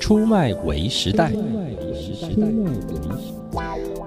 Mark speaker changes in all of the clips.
Speaker 1: 出卖为时代。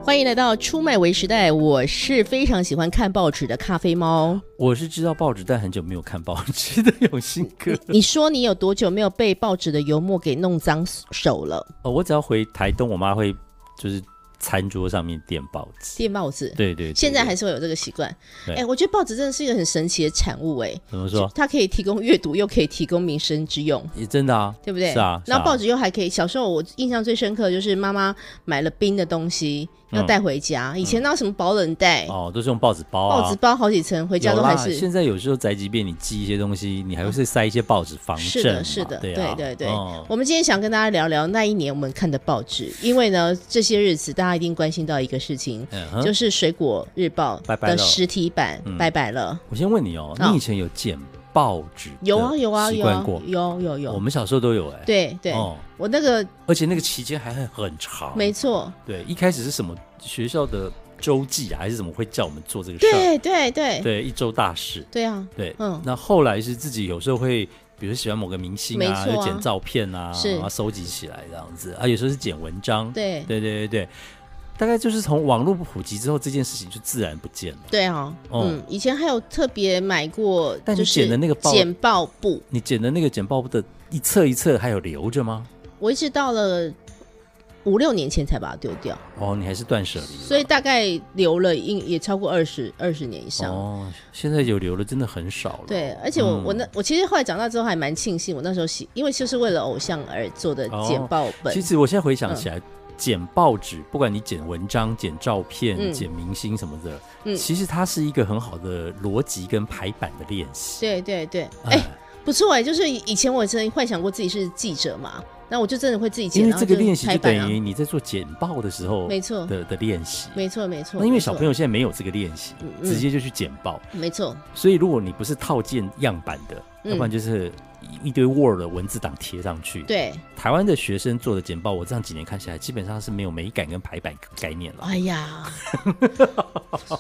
Speaker 2: 欢迎来到出卖为时代，我是非常喜欢看报纸的咖 啡猫。
Speaker 3: 我是知道报纸，但很久没有看报纸的永信 哥。
Speaker 2: 你说你有多久没有被报纸的油墨给弄脏手了？
Speaker 3: 哦，我只要回台东，我妈会就是餐桌上面垫报纸。
Speaker 2: 电报纸，
Speaker 3: 对对对
Speaker 2: 现在还是会有这个习惯。
Speaker 3: 对啊
Speaker 2: 哎，我觉得报纸真的是一个很神奇的产物，哎，
Speaker 3: 怎么说？
Speaker 2: 它可以提供阅读，又可以提供民生之用。
Speaker 3: 也真的啊，
Speaker 2: 对不对？
Speaker 3: 是啊，
Speaker 2: 然后报
Speaker 3: 纸
Speaker 2: 纸又还可以，小时候我印象最深刻的就是妈妈买了冰的东西要带回家，以前那什么保冷袋、
Speaker 3: 嗯哦，都是用报纸包啊。
Speaker 2: 报纸包好几层，回家
Speaker 3: 有
Speaker 2: 都
Speaker 3: 啦
Speaker 2: 还是。
Speaker 3: 现在有时候宅急便，你寄一些东西，你还会是塞一些报纸防
Speaker 2: 是
Speaker 3: 震
Speaker 2: 的，
Speaker 3: 嘛。
Speaker 2: 是的，
Speaker 3: 对
Speaker 2: 对
Speaker 3: 啊
Speaker 2: 对对
Speaker 3: 哦
Speaker 2: 我们今天想跟大家聊聊那一年我们看的报纸，因为呢，这些日子大家一定关心到一个事情，
Speaker 3: 嗯哼
Speaker 2: 就是《水果日报
Speaker 3: 拜》拜
Speaker 2: 的
Speaker 3: 了嗯
Speaker 2: 实体版拜拜了。
Speaker 3: 我先问你哦，
Speaker 2: 哦
Speaker 3: 你以前有剪报纸的
Speaker 2: 有啊，有啊，
Speaker 3: 习
Speaker 2: 有
Speaker 3: 惯
Speaker 2: 啊
Speaker 3: 过，？
Speaker 2: 有有
Speaker 3: 我
Speaker 2: 有。
Speaker 3: 们小时候都有哎。
Speaker 2: 对对，
Speaker 3: 哦，
Speaker 2: 我那个
Speaker 3: 而且那个期间还很很长。
Speaker 2: 没错，
Speaker 3: 对，一开始是什么学校的周记啊，还是怎么会叫我们做这个事儿？
Speaker 2: 对对对
Speaker 3: 啊对，一周大事。
Speaker 2: 对啊，
Speaker 3: 对，
Speaker 2: 嗯
Speaker 3: 那后来是自己有时候会，比如喜欢某个明星
Speaker 2: 没
Speaker 3: 啊，
Speaker 2: 错啊
Speaker 3: 就剪照片啊，
Speaker 2: 是
Speaker 3: 然后收集起来这样子啊，有时候是剪文章。
Speaker 2: 对
Speaker 3: 对对对对大概就是从网络普及之后，这件事情就自然不见了。
Speaker 2: 对啊，
Speaker 3: 哦
Speaker 2: 嗯，以前还有特别买过，
Speaker 3: 但你
Speaker 2: 就是
Speaker 3: 剪的那个报
Speaker 2: 剪报布，
Speaker 3: 你剪的那个剪报的一册一册还有留着吗？
Speaker 2: 我一直到了五六年前才把它丢掉，
Speaker 3: 哦，你还是断舍离了。
Speaker 2: 所以大概留了应也超过二十二十年以上。
Speaker 3: 哦，现在有留的真的很少了。
Speaker 2: 对，而且我、
Speaker 3: 嗯
Speaker 2: 我那我其实后来长大之后还蛮庆幸，我那时候喜，因为就是为了偶像而做的
Speaker 3: 哦
Speaker 2: 剪报本，嗯
Speaker 3: 其实我现在回想起来，剪报纸，不管你剪文章、剪照片、
Speaker 2: 嗯
Speaker 3: 剪明星什么的，
Speaker 2: 嗯
Speaker 3: 其实它是一个很好的逻辑跟排版的练习。
Speaker 2: 对对对，哎、
Speaker 3: 哎
Speaker 2: 不错哎、就是以以前我真的幻想过自己是记者嘛，那我就真的会自己剪，
Speaker 3: 因为
Speaker 2: 然后
Speaker 3: 这个
Speaker 2: 就
Speaker 3: 练习
Speaker 2: 排
Speaker 3: 就
Speaker 2: 版
Speaker 3: 等于
Speaker 2: 啊，
Speaker 3: 你在做剪报的时候
Speaker 2: 没错
Speaker 3: 的的练习。
Speaker 2: 没错没错，
Speaker 3: 那因为
Speaker 2: 没
Speaker 3: 小
Speaker 2: 错
Speaker 3: 朋友现在没有这个练习，
Speaker 2: 嗯
Speaker 3: 直接就去剪报，
Speaker 2: 没错，
Speaker 3: 所以如果你不是套件样板的，
Speaker 2: 嗯
Speaker 3: 要不然就是一堆 Word 的文字档贴上去。，
Speaker 2: 对，
Speaker 3: 台湾的学生做的剪报，我这样几年看下来，基本上是没有美感跟排版概念了。
Speaker 2: 哎 呀，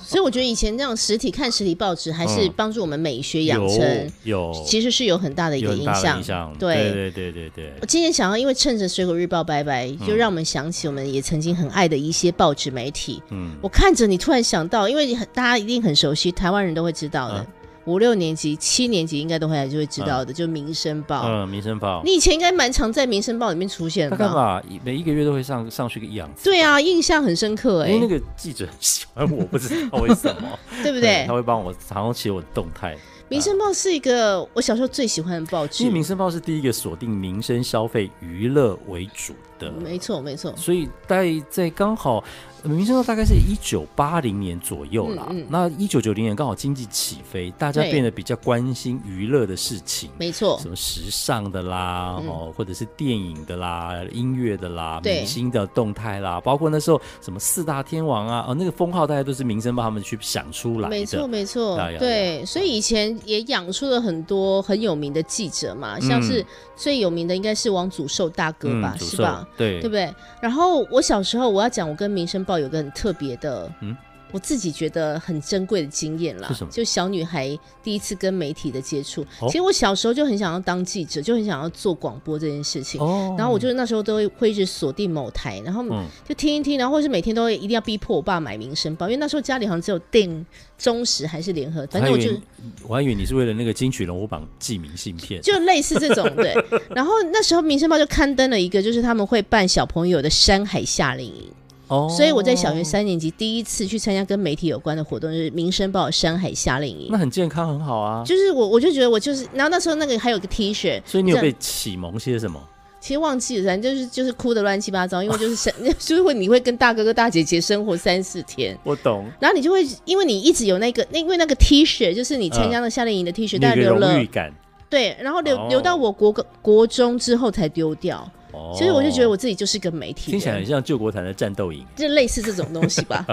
Speaker 2: 所以我觉得以前那样实体看实体报纸，还是
Speaker 3: 嗯
Speaker 2: 帮助我们美学养
Speaker 3: 有
Speaker 2: 成，
Speaker 3: 有，
Speaker 2: 其实是有很大的一
Speaker 3: 有
Speaker 2: 个
Speaker 3: 很
Speaker 2: 影
Speaker 3: 大的
Speaker 2: 响
Speaker 3: 影。响。
Speaker 2: 对
Speaker 3: 对对对对
Speaker 2: 我
Speaker 3: 对，
Speaker 2: 今天想要，因为趁着《水果日报》拜拜，就让我们想起我们也曾经很爱的一些报纸媒体。
Speaker 3: 嗯，
Speaker 2: 我看着你，突然想到，因为很大家一定很熟悉，台湾人都会知道的
Speaker 3: 嗯，
Speaker 2: 五六年级、七年级应该都会就会知道的，就《民生报》
Speaker 3: 嗯，民生报，
Speaker 2: 你以前应该蛮常在《民生报》里面出现
Speaker 3: 大
Speaker 2: 的
Speaker 3: 概
Speaker 2: 吧？
Speaker 3: 吧，每一个月都会上上去个一两次。
Speaker 2: 对啊，印象很深刻哎、
Speaker 3: 因为那个记者很喜欢我，我不知道为什么，
Speaker 2: 对不对
Speaker 3: 他？会帮我常常写我的动态。
Speaker 2: 民生报是一个我小时候最喜欢的报
Speaker 3: 因
Speaker 2: 纸
Speaker 3: 为，民生报是第一个锁定民生消费娱乐为主的，
Speaker 2: 没错没错，
Speaker 3: 所以在在刚好。呃民生报大概是一九八零年左右啦，
Speaker 2: 嗯嗯
Speaker 3: 那一九九零年刚好经济起飞，大家
Speaker 2: 对
Speaker 3: 变得比较关心娱乐的事情，
Speaker 2: 没错
Speaker 3: 什，么时尚的啦，
Speaker 2: 哦嗯
Speaker 3: 哦、或者是电影的啦、音乐的啦、
Speaker 2: 对
Speaker 3: 明星的动态啦，包括那时候什么四大天王啊，哦，那个封号大家都是民生帮他们去想出来
Speaker 2: 没错
Speaker 3: 的。嗯
Speaker 2: 没错
Speaker 3: 呀呀，呀
Speaker 2: 对，所以以前也养出了很多很有名的记者嘛，
Speaker 3: 嗯
Speaker 2: 像是最有名的应该是王祖寿大哥吧，
Speaker 3: 主
Speaker 2: 是
Speaker 3: 受嗯
Speaker 2: 吧？？
Speaker 3: 对
Speaker 2: 对不对？然后我小时候我要讲，我跟《民生报》有个很特别的，
Speaker 3: 嗯
Speaker 2: 我自己觉得很珍贵的经验啦
Speaker 3: 是什，么
Speaker 2: 就小女孩第一次跟媒体的接触。
Speaker 3: 哦
Speaker 2: 其实我小时候就很想要当记者，就很想要做广播这件事情。
Speaker 3: 哦
Speaker 2: 然后我就那时候都会会一直锁定某台，然后
Speaker 3: 嗯
Speaker 2: 就听一听，然后或是每天都会一定要逼迫我爸买《民生报》，因为那时候家里好像只有订中时还是联合，反正我就
Speaker 3: 还以为我还以为你是为了那个金曲龙虎榜寄明信片，
Speaker 2: 就类似这种 对。然后那时候《民生报》就刊登了一个，就是他们会办小朋友的山海夏令营，
Speaker 3: 哦
Speaker 2: 所以我在小学，三年级第一次去参加跟媒体有关的活动，就是《民生报》山海夏令营
Speaker 3: 那。很健康，很好啊。
Speaker 2: 就是我，我就觉得我就是，然后那时候那个还有个 T 恤，
Speaker 3: 所以你有
Speaker 2: 这样
Speaker 3: 被启蒙些什么？
Speaker 2: 其实忘记了，反正就是就是哭的乱七八糟，因为就是生， 就是会你会跟大哥哥大姐姐生活三四天，
Speaker 3: 我懂，
Speaker 2: 然后你就会，因为你一直有那个，那因为那个 T 恤，就是你参加那夏令营的 T
Speaker 3: 嗯
Speaker 2: 恤，
Speaker 3: 你
Speaker 2: 大
Speaker 3: 有
Speaker 2: 概
Speaker 3: 个
Speaker 2: 留
Speaker 3: 荣
Speaker 2: 了
Speaker 3: 誉感。
Speaker 2: 对，然后留、
Speaker 3: 哦
Speaker 2: 留到我国国中之后才丢掉，
Speaker 3: 哦
Speaker 2: 所以我就觉得我自己就是个媒体
Speaker 3: 听起来很
Speaker 2: 人，
Speaker 3: 像救国团的战斗营。
Speaker 2: 就类似这种东西 吧。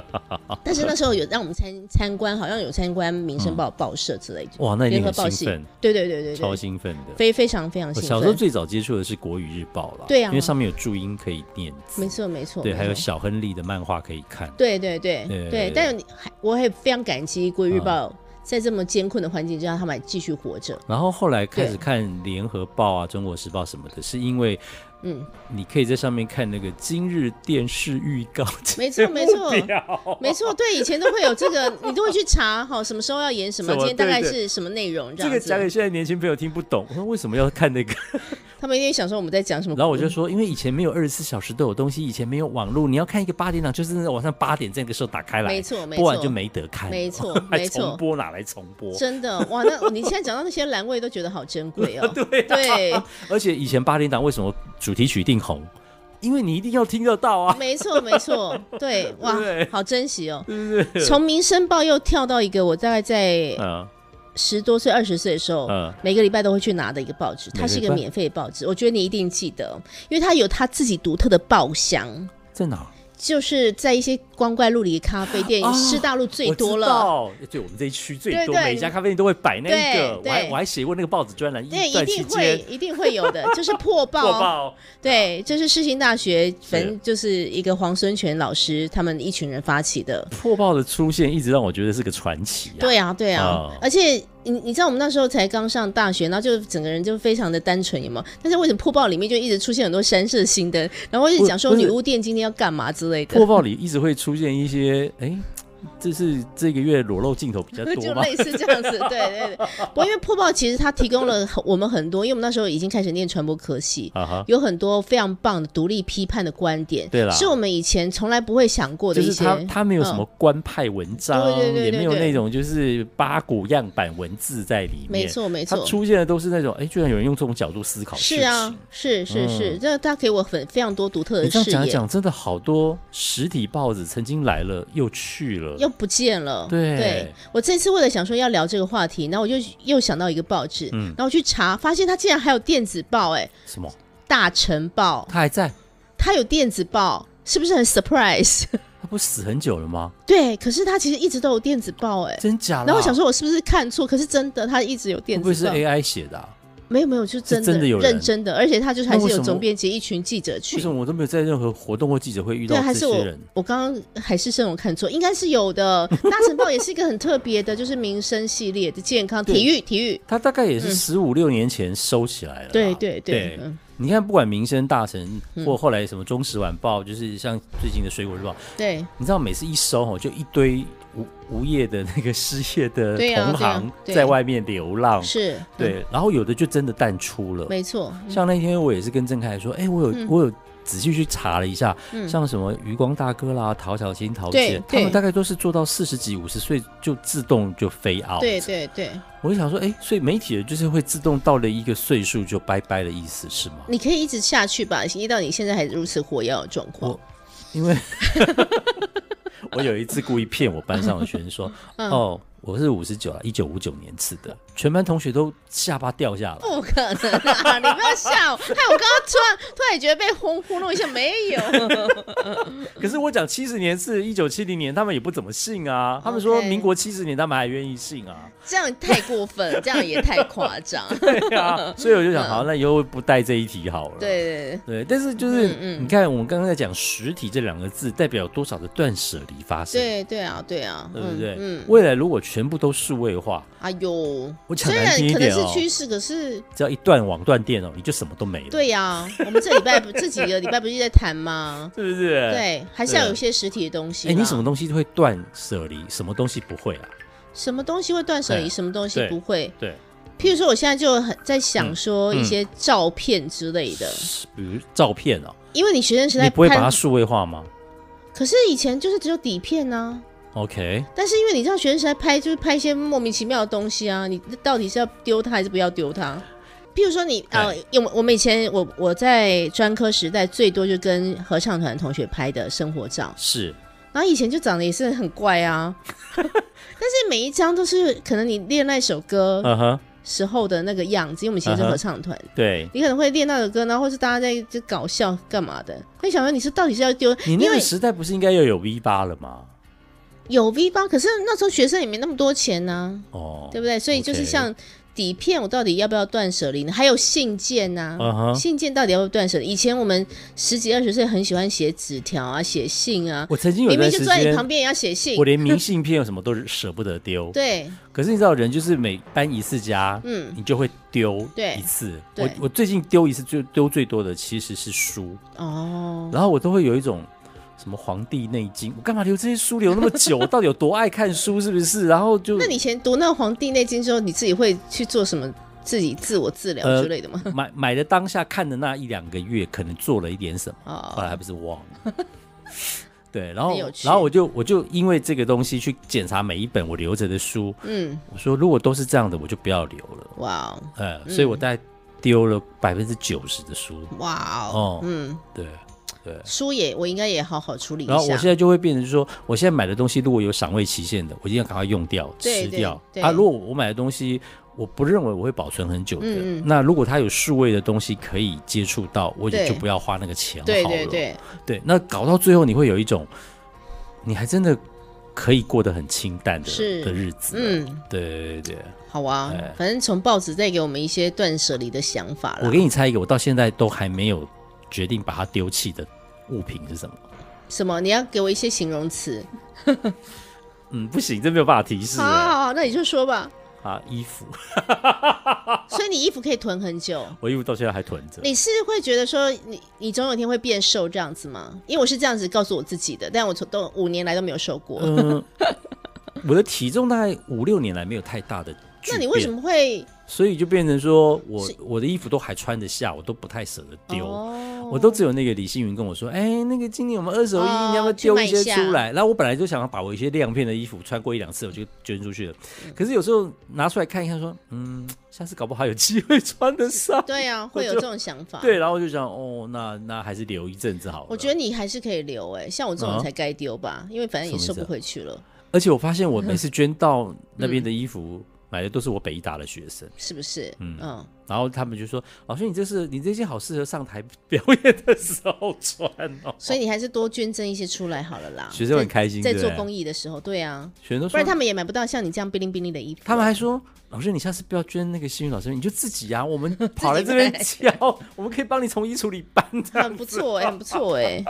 Speaker 2: 但是那时候有让我们参参观，好像有参观《民生报》报社之类的，
Speaker 3: 哇，嗯那一定
Speaker 2: 联合
Speaker 3: 很
Speaker 2: 报
Speaker 3: 兴
Speaker 2: 系
Speaker 3: 奋，，
Speaker 2: 对对对对
Speaker 3: 超
Speaker 2: 对，
Speaker 3: 兴奋的。
Speaker 2: 非非常非常
Speaker 3: 我
Speaker 2: 兴奋。
Speaker 3: 小时候最早接触的是《国语日报》啦，
Speaker 2: 对啊
Speaker 3: 因为上面有注音可以念字，
Speaker 2: 没错没错，
Speaker 3: 对，
Speaker 2: 没
Speaker 3: 还有
Speaker 2: 错
Speaker 3: 小亨利的漫画可以看，
Speaker 2: 对对对
Speaker 3: 对对
Speaker 2: 对
Speaker 3: 对，
Speaker 2: 但你还我也非常感激《国语日
Speaker 3: 嗯
Speaker 2: 报》在这么艰困的环境之下，他们还继续活着。
Speaker 3: 然后后来开始
Speaker 2: 对
Speaker 3: 看《联合报》啊，《中国时报》什么的，是因为
Speaker 2: 嗯，
Speaker 3: 你可以在上面看那个今日电视预告
Speaker 2: 没
Speaker 3: 节
Speaker 2: 错
Speaker 3: 目
Speaker 2: 没错
Speaker 3: 表
Speaker 2: 没错，对，以前都会有 这个，你都会去查哈，什么时候要演什么，
Speaker 3: 什么
Speaker 2: 今天大概
Speaker 3: 对对
Speaker 2: 是什么内容 这
Speaker 3: 这
Speaker 2: 样
Speaker 3: 个讲给
Speaker 2: 子。
Speaker 3: 现在年轻朋友听不懂，我说为什么要看那个？
Speaker 2: 他们一定想说我们在讲什么。
Speaker 3: 然后我就说，因为以前没有二十四小时都有东西，以前没有网络，你要看一个八点档，就是晚上八点这个时候打开来，
Speaker 2: 没错没错
Speaker 3: 不然就没得看，
Speaker 2: 没错
Speaker 3: 还
Speaker 2: 没错
Speaker 3: 重播哪来重播？
Speaker 2: 真的哇，那你现在讲到那些栏位都觉得好珍贵 哦。
Speaker 3: 对啊
Speaker 2: 对，
Speaker 3: 而且以前八点档为什么主题曲一定红？因为你一定要听得到 啊，
Speaker 2: 没错没错，对哇
Speaker 3: 对，
Speaker 2: 好珍惜哦。
Speaker 3: 对不对？
Speaker 2: 从《民生报》又跳到一个我大概在
Speaker 3: 嗯
Speaker 2: 十多岁、二十岁的时候，
Speaker 3: 嗯
Speaker 2: 每个礼拜都会去拿的一个报纸，它是一
Speaker 3: 每个礼
Speaker 2: 个
Speaker 3: 拜
Speaker 2: 免费报纸，我觉得你一定记得，因为它有它自己独特的报箱，
Speaker 3: 在哪？
Speaker 2: 就是在一些光怪陆离的咖啡店
Speaker 3: 哦，
Speaker 2: 是大陆最多了。
Speaker 3: 我知道对我们这一区最
Speaker 2: 对
Speaker 3: 多，
Speaker 2: 对
Speaker 3: 每一家咖啡店都会摆那一个。
Speaker 2: 对
Speaker 3: 我还
Speaker 2: 对
Speaker 3: 我还写过那个报纸专栏，
Speaker 2: 对，一
Speaker 3: 段期
Speaker 2: 定
Speaker 3: 间
Speaker 2: 会，一定会有的， 就是破报。
Speaker 3: 过报，
Speaker 2: 对，这是世新大学，反正就是一个黄孙权老师他们一群人发起的。
Speaker 3: 破报的出现一直让我觉得是个传奇啊。
Speaker 2: 对啊，对啊，
Speaker 3: 哦
Speaker 2: 而且你你知道我们那时候才刚上大学，然后就整个人就非常的单纯，有没有？但是为什么破报里面就一直出现很多山色新的，然后一直讲说
Speaker 3: 不不是
Speaker 2: 女巫店今天要干嘛之类的
Speaker 3: 破，报里一直会出现一些，哎、这是这个月裸露镜头比较
Speaker 2: 就
Speaker 3: 多吗？
Speaker 2: 类似这样子，对对对。不过因为破报其实它提供了很我们很多，因为我们那时候已经开始念传播科系，
Speaker 3: 啊哈，
Speaker 2: 有很多非常棒的独立批判的观点，
Speaker 3: 对啦
Speaker 2: 是我们以前从来不会想过的
Speaker 3: 就
Speaker 2: 一
Speaker 3: 是
Speaker 2: 些。嗯
Speaker 3: 他他没有什么官派文章，
Speaker 2: 对对对对
Speaker 3: 也没有
Speaker 2: 对
Speaker 3: 那种就是八股样板文字在里面。
Speaker 2: 没，错，没
Speaker 3: 他
Speaker 2: 错。
Speaker 3: 出现的都是那种，哎、居然有人用这种角度思考事
Speaker 2: 是
Speaker 3: 情。
Speaker 2: 啊，是是是
Speaker 3: 嗯，
Speaker 2: 这、他给我很非常多独特
Speaker 3: 你
Speaker 2: 的
Speaker 3: 这样
Speaker 2: 视
Speaker 3: 讲一
Speaker 2: 野，
Speaker 3: 讲，真的好多实体报纸曾经来了又去了，
Speaker 2: 又不见了。
Speaker 3: 对
Speaker 2: 我这次为了想说要聊这个话题，然后我就又想到一个报纸，
Speaker 3: 嗯
Speaker 2: 然后我去查，发现它竟然还有电子报、哎，
Speaker 3: 什么？
Speaker 2: 《大成报》
Speaker 3: 他还在？
Speaker 2: 它有电子报，是不是很 surprise？
Speaker 3: 他不是死很久了吗？
Speaker 2: 对，可是它其实一直都有电子报、哎。
Speaker 3: 真假啦？
Speaker 2: 然后我想说，我是不是看错？可是真的，它一直有
Speaker 3: 会
Speaker 2: 电
Speaker 3: 不会
Speaker 2: 子
Speaker 3: 是
Speaker 2: 报。
Speaker 3: AI 写的、啊？
Speaker 2: 没有没有，就是真
Speaker 3: 是真的有人
Speaker 2: 认真的，而且他就是还
Speaker 3: 那
Speaker 2: 是
Speaker 3: 为什
Speaker 2: 有
Speaker 3: 么
Speaker 2: 总编辑一群记者去
Speaker 3: 为什。么我都没有在任何活动或记者会遇到
Speaker 2: 对，还
Speaker 3: 这
Speaker 2: 是
Speaker 3: 些
Speaker 2: 我
Speaker 3: 人？
Speaker 2: 我刚刚还是盛容看错，应该是有的。大晨报也是一个很特别的，就是民生系列的健 康、
Speaker 3: 对
Speaker 2: 体育、体育。
Speaker 3: 他大概也是
Speaker 2: 嗯
Speaker 3: 十五六年前收起来了啦。
Speaker 2: 对对对，
Speaker 3: 对
Speaker 2: 嗯，
Speaker 3: 你看，不管民生大臣
Speaker 2: 嗯
Speaker 3: 或后来什么《中时晚报》，就是像最近的《水果日报》，
Speaker 2: 对
Speaker 3: 你知道每次一收哦，就一堆无无业的那个失业的
Speaker 2: 对啊
Speaker 3: 同行
Speaker 2: 对啊对
Speaker 3: 在外面流浪，
Speaker 2: 是，嗯
Speaker 3: 对，然后有的就真的淡出了。
Speaker 2: 没错，
Speaker 3: 像那天我也是跟郑凯说，哎，我有我有仔细去查了一下，
Speaker 2: 嗯
Speaker 3: 像什么余光大哥啦、陶小新、陶
Speaker 2: 对
Speaker 3: 姐，他
Speaker 2: 对
Speaker 3: 们大概都是做到四十几、五十岁就自动就飞 out。
Speaker 2: 对对对，
Speaker 3: 我就想说，哎，所以媒体人就是会自动到了一个岁数就拜拜的意思是吗？
Speaker 2: 你可以一直下去吧，一到你现在还如此火药的状况
Speaker 3: 我。因为 我有一次故意骗我班上的学生说，
Speaker 2: 嗯
Speaker 3: 哦，我是五十九啊，一九五九年次的，全班同学都下巴掉下来。
Speaker 2: 不可能啊！你不要笑 我，害我刚刚突然突然也觉得被轰糊弄一下，没有。
Speaker 3: 可是我讲七十年次，一九七零年，他们也不怎么信
Speaker 2: 哦
Speaker 3: 啊。他们说
Speaker 2: OK
Speaker 3: 民国七十年，他们还愿意信 啊。
Speaker 2: 这样太过分，这样也太夸张。
Speaker 3: 对啊，所以我就想，好，那以后不带这一题好了。
Speaker 2: 嗯对。对
Speaker 3: 对，但是就是、
Speaker 2: 嗯嗯
Speaker 3: 你看，我们刚刚在讲“实体”这两个字，代表多少的断舍离发生，
Speaker 2: 对对对啊，对啊，
Speaker 3: 对不对？
Speaker 2: 嗯，嗯
Speaker 3: 未来如果全部都数位化，
Speaker 2: 哎呦，
Speaker 3: 我讲
Speaker 2: 虽
Speaker 3: 难
Speaker 2: 然
Speaker 3: 听一
Speaker 2: 可能
Speaker 3: 点
Speaker 2: 是
Speaker 3: 哦，
Speaker 2: 趋势，可是
Speaker 3: 只要一断网断电哦，你就什么都没了，
Speaker 2: 对呀、我们这礼拜不这几个礼拜不是在 谈吗？
Speaker 3: 是不是？。
Speaker 2: 对，还是要有一些实体的东西
Speaker 3: 哎、
Speaker 2: 嘛。
Speaker 3: 你什么东西会断舍离，什么东西不会啊？
Speaker 2: 什么东西会断舍
Speaker 3: 对
Speaker 2: 离，什么东西
Speaker 3: 对
Speaker 2: 不会？
Speaker 3: 对，
Speaker 2: 譬如说，我现在就很在想说
Speaker 3: 嗯
Speaker 2: 一些照片之类的，
Speaker 3: 比如照片哦，
Speaker 2: 因为你学生时代
Speaker 3: 你不会把它
Speaker 2: 拍，
Speaker 3: 数位化吗
Speaker 2: 可是以前就是只有底片啊呢、
Speaker 3: ？OK，
Speaker 2: 但是因为你知道学生时代拍就是拍一些莫名其妙的东西啊，你到底是要丢它还是不要丢它？譬如说你呃
Speaker 3: 哎，
Speaker 2: 因为我们以前我我在专科时代最多就跟合唱团同学拍的生活照，
Speaker 3: 是
Speaker 2: 然后以前就长得也是很怪啊， 但是每一张都是可能你练那首歌
Speaker 3: 嗯哼，
Speaker 2: 时候的那个样子，因为我们以前是
Speaker 3: 嗯哼
Speaker 2: 合唱团。
Speaker 3: 对。
Speaker 2: 你可能会练那首歌，然后或是大家在就搞笑干嘛的？那想说你是到底是要丢？
Speaker 3: 你那
Speaker 2: 因
Speaker 3: 个
Speaker 2: 为
Speaker 3: 时代不是应该要有 V 八了吗？
Speaker 2: 有 V 八，可是那时候学生也没那么多钱啊呢、
Speaker 3: 哦，
Speaker 2: 对不对？所以就是
Speaker 3: OK
Speaker 2: 像底片，我到底要不要断舍离呢？还有信件呐、
Speaker 3: 嗯哼
Speaker 2: 信件到底要不要断舍离？以前我们十几二十岁很喜欢写纸条啊，写信啊，
Speaker 3: 我曾经有一
Speaker 2: 明明
Speaker 3: 段
Speaker 2: 就
Speaker 3: 时
Speaker 2: 坐在你
Speaker 3: 间
Speaker 2: 旁，边也要写信
Speaker 3: 我。连明信片有什么都舍不得丢。
Speaker 2: 对，
Speaker 3: 可是你知道，人就是每搬一次家，
Speaker 2: 嗯
Speaker 3: 你就会丢
Speaker 2: 对
Speaker 3: 一次。
Speaker 2: 对
Speaker 3: 我我最近丢一次最丢最多的其实是书，
Speaker 2: 哦，
Speaker 3: 然后我都会有一种什么《黄帝内经》，我干嘛留这些书留那么 久？我到底有多爱看书？是不是？然后就
Speaker 2: 那你以前读那《黄帝内经》之后，你自己会去做什么自己自我治疗
Speaker 3: 呃
Speaker 2: 之类的吗？
Speaker 3: 买买的当下看的那一两个月，可能做了一点什么，后来
Speaker 2: 哦，
Speaker 3: 还不是忘了。 对，然后
Speaker 2: 很有趣
Speaker 3: 然后我就我就因为这个东西去检查每一本我留着的书，
Speaker 2: 嗯，
Speaker 3: 我说如果都是这样的，我就不要留了。
Speaker 2: 哇哦，
Speaker 3: 呃，所以我大概丢了百分之九十的书。
Speaker 2: 哇
Speaker 3: 哦
Speaker 2: 哦，嗯，
Speaker 3: 对对。
Speaker 2: 书也我应该也好好处理一
Speaker 3: 然后我现
Speaker 2: 下。
Speaker 3: 在就会变成说，我现在买的东西如果有赏味期限的，我一定要赶快用掉、
Speaker 2: 对
Speaker 3: 吃掉
Speaker 2: 对对
Speaker 3: 啊。如果我买的东西，我不认为我会保存很久的，
Speaker 2: 嗯嗯
Speaker 3: 那如果它有数位的东西可以接触到，我也
Speaker 2: 对
Speaker 3: 就不要花那个钱好了。
Speaker 2: 对对对，
Speaker 3: 对那搞到最后你会有一种，你还真的可以过得很清淡的
Speaker 2: 是
Speaker 3: 的日子。嗯，
Speaker 2: 嗯，
Speaker 3: 对对对对。
Speaker 2: 好啊
Speaker 3: 哎，
Speaker 2: 反正从报纸再给我们一些断舍离的想法
Speaker 3: 我
Speaker 2: 啦。
Speaker 3: 给你猜一个，我到现在都还没有决定把它丢弃的物品是什么。
Speaker 2: 什么？你要给我一些形容词？
Speaker 3: 嗯，不行，这没有办法提示
Speaker 2: 好
Speaker 3: 哎。
Speaker 2: 好好，那你就说吧。
Speaker 3: 啊，衣服，
Speaker 2: 所以你衣服可以囤很久。
Speaker 3: 我衣服到现在还囤着。
Speaker 2: 你是会觉得说你你总有一天会变瘦这样子吗？因为我是这样子告诉我自己的，但我从都五年来都没有瘦过。
Speaker 3: 嗯，我的体重大概五六年来没有太大的巨
Speaker 2: 那
Speaker 3: 变，
Speaker 2: 你为什？么会
Speaker 3: 所以就变成说我
Speaker 2: 是
Speaker 3: 我的衣服都还穿得下，我都不太舍得丢。
Speaker 2: 哦
Speaker 3: 我都只有那个李星云跟我说，哎、那个今年我们二手衣，
Speaker 2: 哦
Speaker 3: 你要不要丢一些
Speaker 2: 去买一下
Speaker 3: 出来？然后我本来就想要把我一些亮片的衣服穿过一两次，我就捐出去了。
Speaker 2: 嗯
Speaker 3: 可是有时候拿出来看一看，说，嗯，下次搞不好有机会 穿得上。
Speaker 2: 对啊，
Speaker 3: 我
Speaker 2: 会有
Speaker 3: 就
Speaker 2: 这种想法。
Speaker 3: 对，然后我就想，哦，那那还是留一阵子好了。
Speaker 2: 我觉得，你还是可以留哎、像我这种
Speaker 3: 啊
Speaker 2: 才该丢吧，因为反正也
Speaker 3: 什么意
Speaker 2: 收
Speaker 3: 思
Speaker 2: 不
Speaker 3: 啊
Speaker 2: 回去了，
Speaker 3: 而且我发现我每 次捐到那
Speaker 2: 嗯
Speaker 3: 边的衣服，买的都是我北医大的学生。
Speaker 2: 是不是？嗯
Speaker 3: 然后他们就说：“老师，你这是你这件好适合上台表演的时候穿哦。”
Speaker 2: 所以你还是多捐赠一些出来好了啦。
Speaker 3: 学生很
Speaker 2: 在
Speaker 3: 开心
Speaker 2: 在
Speaker 3: 对不
Speaker 2: 做
Speaker 3: 对
Speaker 2: 公益的时候，对啊，
Speaker 3: 学生都
Speaker 2: 不
Speaker 3: 说
Speaker 2: 然他们也买不到像你这样哔哩哔哩的衣服。
Speaker 3: 他们还说：“老师，你下次不要捐那个幸运老师，你就自己 啊，我们跑来这边
Speaker 2: 买
Speaker 3: 教，我们可以帮你从衣橱里搬 的。
Speaker 2: 很不错哎、很不错哎、”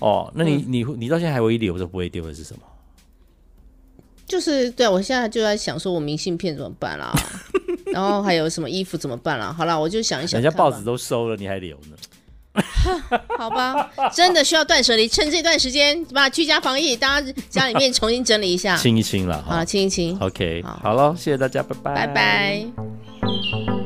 Speaker 3: 哦，那你你你到现在还唯一留着不会丢的是什么？
Speaker 2: 就是对啊我现在就在想说，我明信片怎么办啦？然后还有什么衣服怎么办啊啦？好啦，我就想一想
Speaker 3: 人
Speaker 2: 看
Speaker 3: 家
Speaker 2: 吧，
Speaker 3: 报纸都收了，你还留呢？
Speaker 2: 好吧，真的需要断舍离，趁这段时间把居家防疫，大家家里面重新整理一
Speaker 3: 啊
Speaker 2: 下，
Speaker 3: 清一清了
Speaker 2: 好
Speaker 3: 哈。
Speaker 2: 清一清，
Speaker 3: OK，
Speaker 2: 好
Speaker 3: 好了，谢谢大家，拜拜，
Speaker 2: 拜拜。